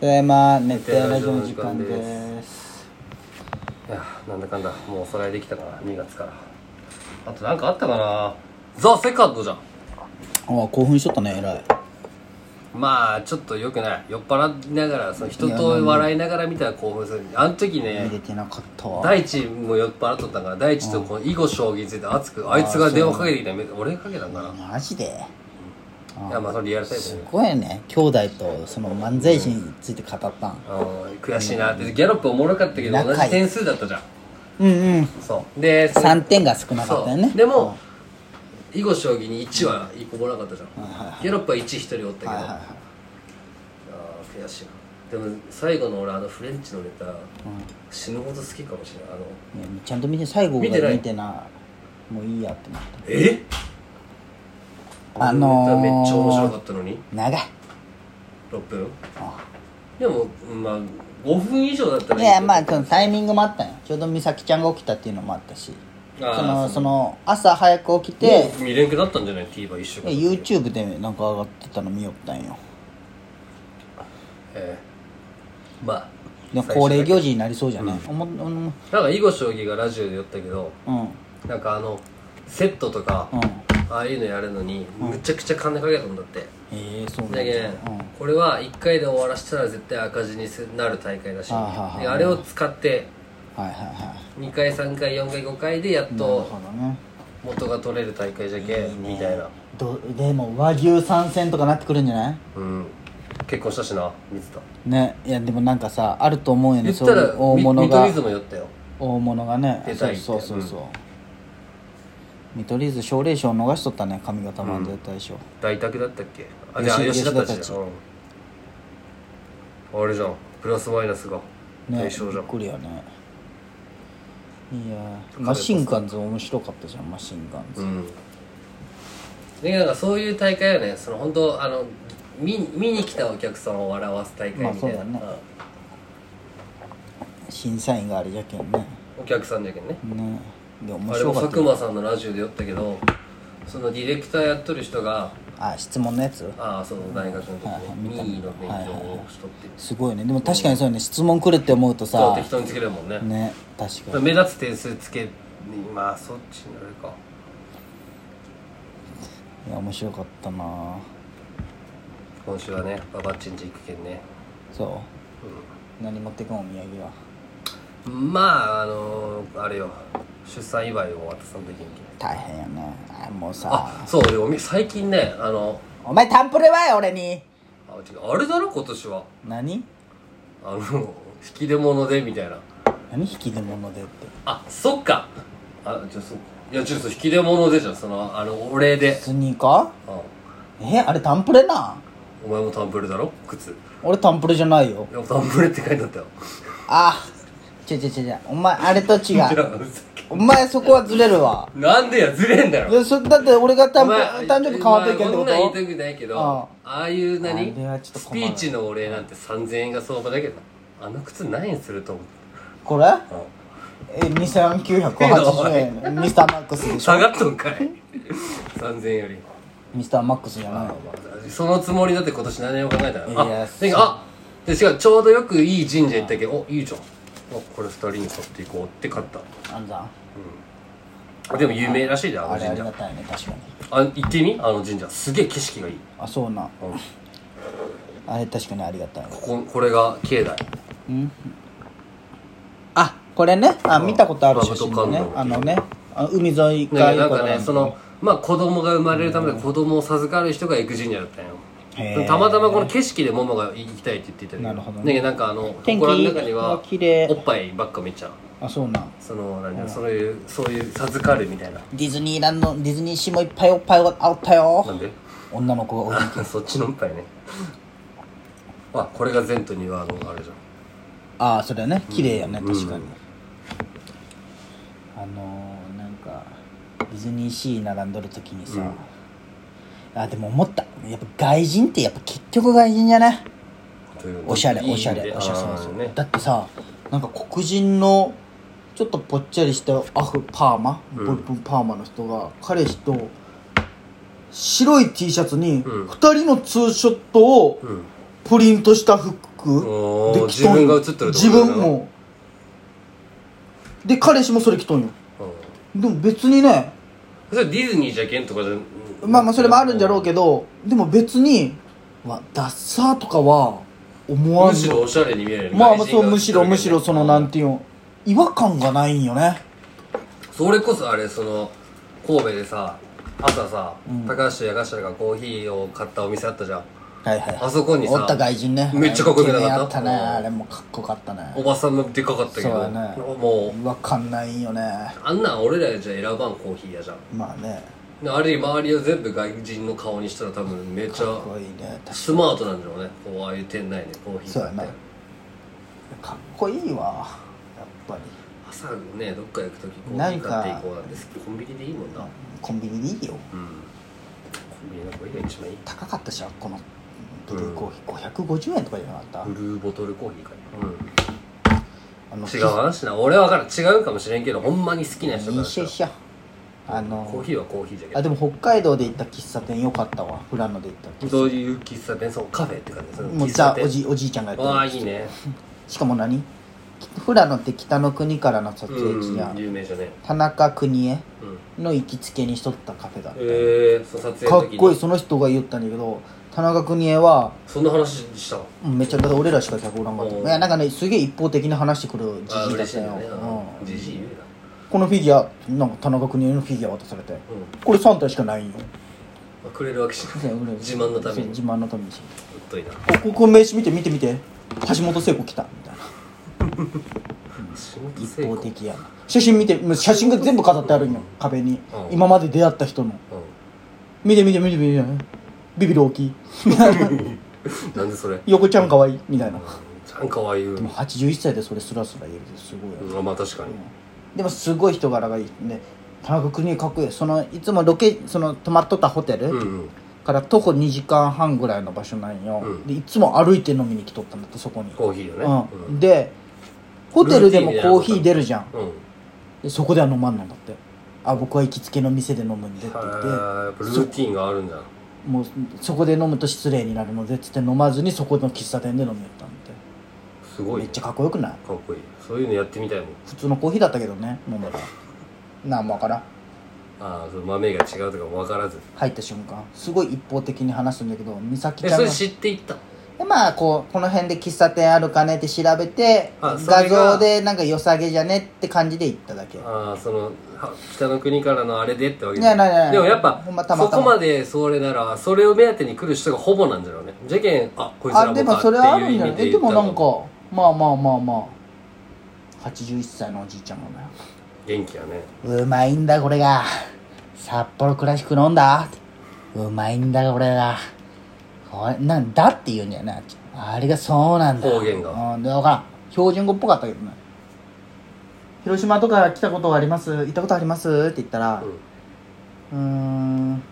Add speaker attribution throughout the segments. Speaker 1: ただいま熱帯ラジオの時間です
Speaker 2: いやなんだかんだもうおさらいできたかな2月からあとなんかあったかなザ・セカンドじゃん
Speaker 1: あ興奮しとったねえらい
Speaker 2: まあちょっとよくない酔っ払いながらその人と笑いながら見たら興奮するあの時ね
Speaker 1: 見れてなかったわ
Speaker 2: 大地も酔っ払っとったから大地とこの囲碁将棋について熱くあいつが電話かけてきため俺がかけたんかな
Speaker 1: マジで
Speaker 2: いやまあそれリアルタイプだ
Speaker 1: す
Speaker 2: よね
Speaker 1: ごいね兄弟とその漫才師について語ったん
Speaker 2: あの悔しいなってギャロップおもろかったけど
Speaker 1: 仲いい
Speaker 2: 同じ点数だったじゃん
Speaker 1: うんうん
Speaker 2: そうでその
Speaker 1: 3点が少なかったよね
Speaker 2: そうでも囲碁将棋に1は1個もらなかったじゃんギャロップは1一人おったけど、
Speaker 1: はいはいはい
Speaker 2: あー悔しいなでも最後の俺あのフレンチのネタ、死ぬほど好きかもしれないあの
Speaker 1: いやちゃんと見て最後が
Speaker 2: 見てない
Speaker 1: 見てなもういいやってなった
Speaker 2: え
Speaker 1: あのー
Speaker 2: ネタめっちゃ面白かったのに
Speaker 1: 長い
Speaker 2: 6分
Speaker 1: あ
Speaker 2: でもまあ5分以上だったら
Speaker 1: い
Speaker 2: いいけ
Speaker 1: や
Speaker 2: ど
Speaker 1: まあそのタイミングもあったんよちょうど美咲ちゃんが起きたっていうのもあったしそ
Speaker 2: あー
Speaker 1: の
Speaker 2: そう
Speaker 1: その朝早く起きて
Speaker 2: もう見れんくなったんじゃない TVer 一週間
Speaker 1: で YouTube でなんか上がってたの見よったんよ
Speaker 2: ええまあ
Speaker 1: でも
Speaker 2: 最初
Speaker 1: 恒
Speaker 2: だけ
Speaker 1: 例行事になりそうじゃない、おもうん
Speaker 2: なんか囲碁将棋がラジオで言ったけど
Speaker 1: うんうん
Speaker 2: なんかあのセットとか、ああいうのやるのにむちゃくちゃ金かけたんだって、
Speaker 1: ええそうなん
Speaker 2: だけどね
Speaker 1: うん
Speaker 2: これは1回で終わらせたら絶対赤字になる大会だし
Speaker 1: あはは
Speaker 2: であれを使って
Speaker 1: はいはいはい
Speaker 2: 2回3回4回5回でやっ
Speaker 1: なる
Speaker 2: と
Speaker 1: ほどね
Speaker 2: 元が取れる大会じゃけみたいな
Speaker 1: どでも和牛参戦とかなってくるんじゃない
Speaker 2: うん結婚したしな水田
Speaker 1: ねいやでもなんかさあると思うよ
Speaker 2: 言
Speaker 1: ね
Speaker 2: った
Speaker 1: そうい
Speaker 2: ら
Speaker 1: う大
Speaker 2: み
Speaker 1: 物
Speaker 2: 見
Speaker 1: が
Speaker 2: 取り図も寄ったよ
Speaker 1: 大物がね
Speaker 2: 出
Speaker 1: そ
Speaker 2: た
Speaker 1: う
Speaker 2: いって
Speaker 1: そうそうそう、見取り図奨励賞逃しとったね上方漫才大賞、
Speaker 2: 大宅だったっけあじゃあ
Speaker 1: 吉
Speaker 2: 吉
Speaker 1: 田
Speaker 2: 田
Speaker 1: た
Speaker 2: た
Speaker 1: ち
Speaker 2: ちじゃんうんあれじゃんプラスマイナスが
Speaker 1: ね
Speaker 2: 大賞じ
Speaker 1: び
Speaker 2: ゃ
Speaker 1: っ
Speaker 2: ん
Speaker 1: くりやねいやーマシンガンズ面白かったじゃんマシンガンズ、
Speaker 2: うんでなんかそういう大会はねその本当あの見見に来たお客さんを笑わす大会みたいな、
Speaker 1: まあそうだね審査員があれじゃけんね
Speaker 2: うんお客さんだけどね
Speaker 1: ねで面
Speaker 2: あれ
Speaker 1: 白
Speaker 2: も
Speaker 1: かっ
Speaker 2: 佐
Speaker 1: た
Speaker 2: 久間さんのラジオでやったけどそのディレクターやっとる人が
Speaker 1: あ質問のやつ
Speaker 2: ああその大学の時に
Speaker 1: はいはい
Speaker 2: 任意の勉強をしとって
Speaker 1: すごいねでも確かにそうよね質問くれって思うと
Speaker 2: そう
Speaker 1: さ
Speaker 2: 適当につけるもんね
Speaker 1: ね確かに
Speaker 2: 目立つ点数つけまあそっちになるか
Speaker 1: いや面白かったな
Speaker 2: 今週はねババッチンジ行くけんね
Speaker 1: そう、何持ってくんお土産は
Speaker 2: まああのあれよ出産祝いを渡さんといけんけん
Speaker 1: 大変やねあもうさ
Speaker 2: あそう俺おみ最近ねあの
Speaker 1: お前タンプレはよ俺に
Speaker 2: あ違うあれだろ今年は
Speaker 1: 何
Speaker 2: あの 引き出物でみたいな
Speaker 1: 何引き出物でって
Speaker 2: あそっかあじゃあそっかいやちょっと引き出物でじゃんそのあのお礼で
Speaker 1: スニーカ
Speaker 2: あ
Speaker 1: ーえあれタンプレなん
Speaker 2: お前もタンブレだろ靴い
Speaker 1: 俺タンプレじゃないよ
Speaker 2: やタンブレって書いてあったよ
Speaker 1: あ違う違う違う違うお前あれと 違
Speaker 2: いうや嘘
Speaker 1: お前そこはずれるわ
Speaker 2: なんでやずれんだろ
Speaker 1: でそだって俺がタ
Speaker 2: お
Speaker 1: ンプレ
Speaker 2: 前
Speaker 1: 誕生日変わっていけんってこ
Speaker 2: お前こんなん言い
Speaker 1: と
Speaker 2: たくないけど
Speaker 1: あ
Speaker 2: ああいう何
Speaker 1: あれはちょっと
Speaker 2: ス
Speaker 1: 困
Speaker 2: ピ
Speaker 1: る
Speaker 2: ーチのお礼なんて3000円が相場だけどあの靴何円すると思う
Speaker 1: これ
Speaker 2: あ
Speaker 1: え2980円ミスターマックスでしょ
Speaker 2: 下がっとんかい3000円より
Speaker 1: ミスターマックスじゃないの
Speaker 2: そのつもりだって今年何年も考えた
Speaker 1: い
Speaker 2: ら
Speaker 1: や
Speaker 2: あ
Speaker 1: そう
Speaker 2: であでしかもちょうどよくいい神社行ったけどおいいじゃんあこれ2人に買っていこうって買った
Speaker 1: あんざん
Speaker 2: でも有名らしいであの
Speaker 1: あれあ
Speaker 2: 神
Speaker 1: りが
Speaker 2: 社
Speaker 1: たいね確かに
Speaker 2: あ行ってみあの神社すげえ景色がいい
Speaker 1: あそうなん
Speaker 2: うん
Speaker 1: あれ確かにありがたい
Speaker 2: こここれが境内
Speaker 1: あこれねあ見たことある
Speaker 2: バ
Speaker 1: 写
Speaker 2: ブ
Speaker 1: 真
Speaker 2: トカン
Speaker 1: でね
Speaker 2: ド
Speaker 1: あのねあ海沿いが
Speaker 2: ないん
Speaker 1: い
Speaker 2: か
Speaker 1: こ
Speaker 2: な
Speaker 1: と
Speaker 2: んかねそのまあ子供が生まれるためで子供を授かる人が行く神社だったんよ
Speaker 1: へー
Speaker 2: たまたまこの景色でママが行きたいって言ってたけ
Speaker 1: な
Speaker 2: ど
Speaker 1: るほどね
Speaker 2: だけどなんかあの
Speaker 1: 天気
Speaker 2: 祠の中に
Speaker 1: が
Speaker 2: は
Speaker 1: 綺麗
Speaker 2: おっぱいばっかめっちゃ
Speaker 1: あそうなん
Speaker 2: その何だそういうそういう授かるみたいな
Speaker 1: ディズニーランドディズニーシーもいっぱいおっぱいがあった
Speaker 2: な
Speaker 1: よ
Speaker 2: んで
Speaker 1: 女の子が多 い
Speaker 2: そっちのおっぱいねあこれが前途にはあのあれじゃん
Speaker 1: ああそれね綺麗やね確かにあのーなんかディズニーシー並んどる時にさあでも思ったやっぱ外人ってやっぱ結局外人じゃない
Speaker 2: という
Speaker 1: おしゃれ
Speaker 2: いい意
Speaker 1: お
Speaker 2: 味
Speaker 1: しゃれ
Speaker 2: で
Speaker 1: おしゃれ
Speaker 2: あー
Speaker 1: そうそう
Speaker 2: ね
Speaker 1: だってさなんか黒人のちょっとぽっちゃりしたアフパーマボリプパーマの人が彼氏と白い T シャツに
Speaker 2: うん
Speaker 1: 2人のツーショットを
Speaker 2: うん
Speaker 1: プリントした服ク
Speaker 2: おー
Speaker 1: で着と
Speaker 2: 自
Speaker 1: ん
Speaker 2: 分
Speaker 1: よ
Speaker 2: が映ってるってことだよな
Speaker 1: 自分もで彼氏もそれ着とんよ
Speaker 2: うん
Speaker 1: でも別にね
Speaker 2: それディズニーじゃけんとかじゃ
Speaker 1: まあまあそれもあるんじゃろうけどでも別に「うわダッサー」とかは思わ
Speaker 2: む
Speaker 1: ず
Speaker 2: しろおしゃれに見えるよね
Speaker 1: まあ
Speaker 2: 外人
Speaker 1: そう
Speaker 2: が
Speaker 1: むしろむしろそのなん
Speaker 2: て
Speaker 1: ていうの違和感がないんよね
Speaker 2: それこそあれその神戸でさ朝さ、高橋やがしらがコーヒーを買ったお店あったじゃん
Speaker 1: はいはいはい
Speaker 2: あそこにさ
Speaker 1: おった外人ね
Speaker 2: めっちゃかっこよくなかった
Speaker 1: あったね
Speaker 2: うん
Speaker 1: あれもかっこよかったね
Speaker 2: おばさんのでかかったけど
Speaker 1: そうだね
Speaker 2: もう
Speaker 1: 違和感ないんよね
Speaker 2: あんなん俺らじゃ選ばんコーヒーやじゃん
Speaker 1: まあね
Speaker 2: であれ周りを全部外人の顔にしたら多分めっち
Speaker 1: かっ
Speaker 2: ゃ
Speaker 1: こいいね確
Speaker 2: スマートなんだろうねこうああいう店内でコーヒー
Speaker 1: そうや
Speaker 2: 買
Speaker 1: な
Speaker 2: って
Speaker 1: かっこいいわやっぱり
Speaker 2: 朝ねどっか行く時コーヒー買っていこうなんですコンビニでいいもんな
Speaker 1: コンビニでいいよ
Speaker 2: うんコンビニのコーヒーが一番いい
Speaker 1: 高かったしあっこのブルーコーヒー、550円とかじゃなかった、
Speaker 2: ブルーボトルコーヒーかなうん
Speaker 1: あの
Speaker 2: 違う話な俺は分からん違うかもしれんけどほんまに好きな人から
Speaker 1: 一緒
Speaker 2: し
Speaker 1: 一緒
Speaker 2: たら
Speaker 1: あの
Speaker 2: コーヒーはコーヒーじゃ
Speaker 1: あ
Speaker 2: け
Speaker 1: でも北海道で行った喫茶店よかったわ富良野で行っ
Speaker 2: ど
Speaker 1: た喫
Speaker 2: ど
Speaker 1: 茶
Speaker 2: ういう喫茶店そうカフェって感じその
Speaker 1: もう
Speaker 2: 喫茶
Speaker 1: ザ
Speaker 2: 店
Speaker 1: おじおじいちゃんがや
Speaker 2: ああ
Speaker 1: って
Speaker 2: いいね
Speaker 1: るしかも何富良野って北の国からの撮影地や
Speaker 2: うん
Speaker 1: ん、
Speaker 2: 有名じゃね
Speaker 1: 田中邦衛
Speaker 2: うん
Speaker 1: の行きつけにしとったカフェだった、
Speaker 2: ええその撮影
Speaker 1: か
Speaker 2: の
Speaker 1: っ
Speaker 2: 時に
Speaker 1: こいいその人が言ったんだけど田中邦衛は
Speaker 2: そんな話したわ
Speaker 1: うんめっちゃだから俺らしか客おらんかった
Speaker 2: おー
Speaker 1: いやなんかねすげえ一方的に話してくる
Speaker 2: あ
Speaker 1: じ
Speaker 2: あ
Speaker 1: じいだ
Speaker 2: 嬉
Speaker 1: っ
Speaker 2: したいんだ
Speaker 1: よ、
Speaker 2: ね
Speaker 1: うん
Speaker 2: じじい言う
Speaker 1: このフィギュアなんか田中邦衛のフィギュア渡されて
Speaker 2: なうん
Speaker 1: これ3体しかないんよ
Speaker 2: まあくれるわけじゃない自慢のために
Speaker 1: 自慢のためにし
Speaker 2: うっといな
Speaker 1: おここ名刺見て見て見て橋本聖子来たみたいな
Speaker 2: 仕事
Speaker 1: 一
Speaker 2: 成功
Speaker 1: 方的やな写真見てもう写真が全部飾ってあるんよ壁に、
Speaker 2: うん
Speaker 1: 今まで出会った人の見て見て見て見てビビる大きい
Speaker 2: うんなんでそれうん
Speaker 1: 横ちゃんかわいいみたいな
Speaker 2: ちゃんかわいい
Speaker 1: でも81歳でそれスラスラ言えるってすごいよね
Speaker 2: まあ確かに
Speaker 1: でもすごい人柄がいいね田中邦衛かっこいいそのいつもロケその泊まっとったホテ
Speaker 2: うんう
Speaker 1: ル
Speaker 2: ん
Speaker 1: から徒歩2時間半ぐらいの場所なんよ、
Speaker 2: うん
Speaker 1: でいつも歩いて飲みに来とったんだってそこに、
Speaker 2: コーヒーよね
Speaker 1: うん、でホテルでも
Speaker 2: ルーティンみたいな
Speaker 1: コー
Speaker 2: こと
Speaker 1: ヒー出るじゃん
Speaker 2: うんうん
Speaker 1: でそこでは飲まんのだってあ僕は行きつけの店で飲むんでって言って
Speaker 2: はあやっぱルーティンがあるんだ
Speaker 1: もうそこで飲むと失礼になるのでっつって飲まずにそこの喫茶店で飲みよったんです
Speaker 2: ごい
Speaker 1: め
Speaker 2: ね
Speaker 1: っちゃかっこよくない
Speaker 2: かっこいいそういうのやってみたいもん
Speaker 1: 普通のコーヒーだったけどね飲んだらなんもわからん
Speaker 2: ああその豆が違うとかも分からず
Speaker 1: 入った瞬間すごい一方的に話すんだけど美咲
Speaker 2: え
Speaker 1: ちゃん
Speaker 2: それ
Speaker 1: が
Speaker 2: 知っていったの
Speaker 1: でまあこうこの辺で喫茶店あるかねって調べて
Speaker 2: あそ
Speaker 1: 画
Speaker 2: れが
Speaker 1: 像でなんか良さげじゃねって感じで行っただけ
Speaker 2: ああそのは北の国からのあれでってわけ
Speaker 1: いやないないない
Speaker 2: でもやっぱ
Speaker 1: ほんまたまたま
Speaker 2: そこまでそれならそれを目当てに来る人がほぼなんじゃろうねじゃけんあこいつら
Speaker 1: あ
Speaker 2: も
Speaker 1: でも
Speaker 2: か
Speaker 1: それはあ
Speaker 2: って
Speaker 1: る
Speaker 2: い
Speaker 1: ん
Speaker 2: う意
Speaker 1: じ
Speaker 2: 味
Speaker 1: ゃない
Speaker 2: で
Speaker 1: えでもなん
Speaker 2: 言っ
Speaker 1: かまあまあまあまあ81歳のおじいちゃんがね
Speaker 2: たの元気やね
Speaker 1: うまいんだこれが札幌クラシック飲んだうまいんだこれがこれなんだって言うんじゃないあれがそうなんだ
Speaker 2: 方言が
Speaker 1: うんで分からん標準語っぽかったけどね広島とか来たことあります行ったことありますって言ったらうーん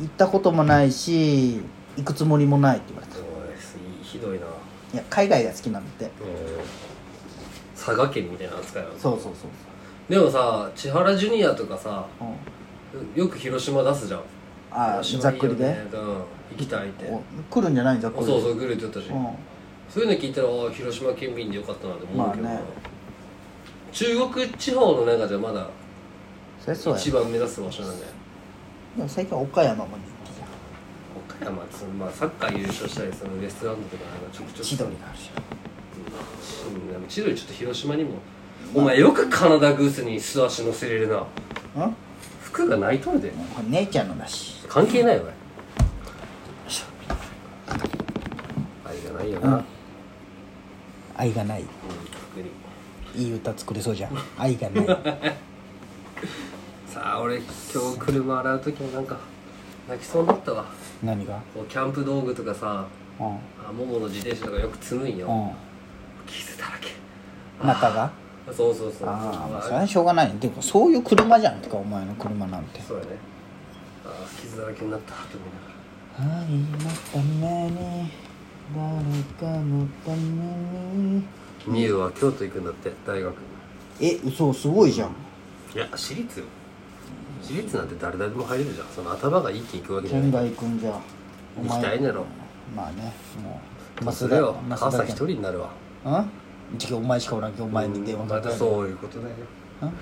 Speaker 1: 行ったこともないし行くつもりもないって言われた
Speaker 2: おいすいひどいな、
Speaker 1: いや海外が好きなんだって
Speaker 2: えー佐賀県みたいな扱いなの
Speaker 1: そうそうそう
Speaker 2: でもさ千原ジュニアとかさ
Speaker 1: そう、うん、
Speaker 2: よく広島出すじゃん
Speaker 1: ああ
Speaker 2: 広島
Speaker 1: ざっくり
Speaker 2: いいよ
Speaker 1: で
Speaker 2: ねうん行きたいって
Speaker 1: お来るんじゃないざっくりで
Speaker 2: そうそう来るって言ったし、
Speaker 1: うん
Speaker 2: そういうの聞いたらああ広島県民でよかったなって思うけどな、
Speaker 1: まあね
Speaker 2: 中国地方の中じゃまだ
Speaker 1: それそうや
Speaker 2: 一番目指す場所なんだよ
Speaker 1: でも最近岡山も人気じ
Speaker 2: 岡山そのまあサッカー優勝したりそのウエストランドとかなんかちょくちょ
Speaker 1: ゃん
Speaker 2: く
Speaker 1: 千鳥があるじゃ
Speaker 2: うんでも千鳥ちょっと広島にもお前よくカナダグースに素足乗せれるなん
Speaker 1: うん
Speaker 2: 服がないとるで
Speaker 1: これ姉ちゃんのだし
Speaker 2: 関係ないよ俺愛がないよな、
Speaker 1: うん愛がない
Speaker 2: 特に
Speaker 1: いい歌作れそうじ ゃん愛がない
Speaker 2: さあ俺今日車洗う時もなんか泣きそうになったわ
Speaker 1: 何が
Speaker 2: こうキャンプ道具とかさ
Speaker 1: うん
Speaker 2: あももの自転車とかよく積むんよ、
Speaker 1: うん
Speaker 2: 傷だらけ
Speaker 1: 中が
Speaker 2: あそうそうそう
Speaker 1: ああまあそれ
Speaker 2: あ
Speaker 1: はしょうがないでもそういう車じゃんてかお前の車なんて
Speaker 2: そうやねああ傷だらけになったって思いながら
Speaker 1: 愛のために誰かのために
Speaker 2: ニューは京都行くんだって大学
Speaker 1: え嘘すごいじゃん
Speaker 2: いや私立よ私立なんて誰々でも入れるじゃんその頭がいいって行くわけじゃない
Speaker 1: 県外行くんじゃ
Speaker 2: 行きたいんだろ
Speaker 1: まあねもう
Speaker 2: まあ、それよ
Speaker 1: マス
Speaker 2: 母さ
Speaker 1: ダ
Speaker 2: ん
Speaker 1: 君
Speaker 2: 一人になるわ
Speaker 1: うんじゃあお前しかおらんけお前に電話
Speaker 2: ま
Speaker 1: か
Speaker 2: た
Speaker 1: け
Speaker 2: そういうことだよ
Speaker 1: うん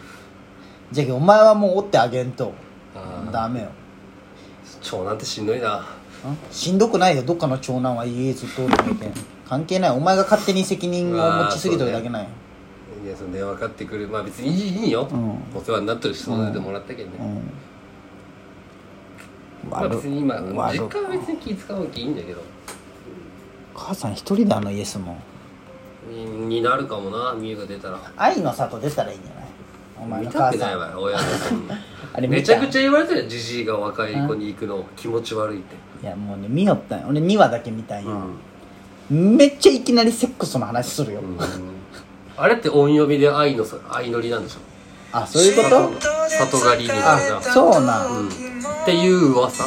Speaker 1: じゃあお前はもう折ってあげんと
Speaker 2: あー
Speaker 1: ダメよ
Speaker 2: 長男ってしんどいな
Speaker 1: うんしんどくないよどっかの長男は家ずっとおるみたいな関係ないお前が勝手に責任を持ちすぎとるだけない
Speaker 2: いやその電話かかってくるまあ別にいいいいよ、
Speaker 1: うん
Speaker 2: お世話になってる人でもらったけどね、
Speaker 1: うん
Speaker 2: まあ、別に今実
Speaker 1: 悪
Speaker 2: 家は別に気使うわけいいんだけど
Speaker 1: 母さん一人であのイエスもん
Speaker 2: にになるかもなみゆが出たら
Speaker 1: 愛の里出たらいいんじゃないお前
Speaker 2: 見
Speaker 1: の
Speaker 2: た
Speaker 1: 母
Speaker 2: くな
Speaker 1: さ
Speaker 2: い
Speaker 1: ん
Speaker 2: わよ親のそんな
Speaker 1: あれ見た
Speaker 2: めちゃくちゃ言われてるよじじいが若い子に行くの気持ち悪いって
Speaker 1: いやもうね見よったんよ俺2話だけ見たんよ、めっちゃいきなりセックスの話するよ、
Speaker 2: あれって音読みで愛のさ愛のりなんでしょ
Speaker 1: あそういうこと
Speaker 2: 里狩りになるな
Speaker 1: あそうなん、
Speaker 2: っていう噂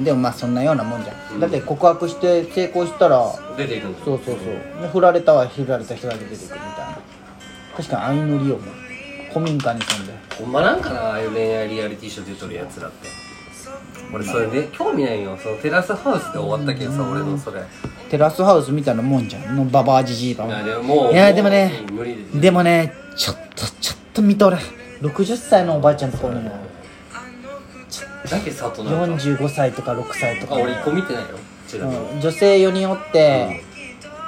Speaker 1: でもまあそんなようなもんじゃん、だって告白して成功したら
Speaker 2: 出ていくんですよ
Speaker 1: そうそうそうで振られたは振られた人だけ出てくるみたいな確かに愛のりよも古民家に住んで
Speaker 2: ほんまなんかなああいう恋愛リアリティショー出とるやつらって俺それね興味ないよそのテラスハウスで終わったけどさ俺のそれ
Speaker 1: テラスハウスみたいなもんじゃんのババアじじいが
Speaker 2: いやでももう
Speaker 1: いやでもね
Speaker 2: 無理です
Speaker 1: でもねちょっとちょっと見とれ60歳のおばあちゃんとかおるのよ
Speaker 2: だけ里なんか
Speaker 1: 45歳とか6歳と
Speaker 2: あ
Speaker 1: か
Speaker 2: 俺一個見てないよちなみに
Speaker 1: うん女性4人おって、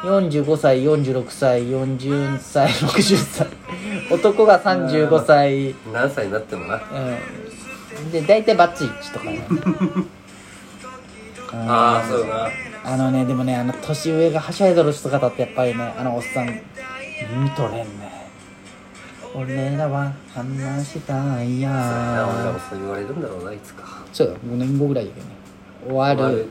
Speaker 1: 45歳46歳40歳60歳男が35歳、
Speaker 2: 何歳になってもな
Speaker 1: うん、で大体バツイチとか ねうん
Speaker 2: ああそうよな
Speaker 1: あのねでもねあの年上がはしゃいどる人方ってやっぱりねあのおっさん見とれんね俺らは話した
Speaker 2: そ
Speaker 1: い
Speaker 2: うやな俺ら
Speaker 1: や
Speaker 2: もそう言われるんだろうないつか
Speaker 1: そうよ5年後ぐらいだけどね終わ
Speaker 2: 終わ
Speaker 1: る
Speaker 2: る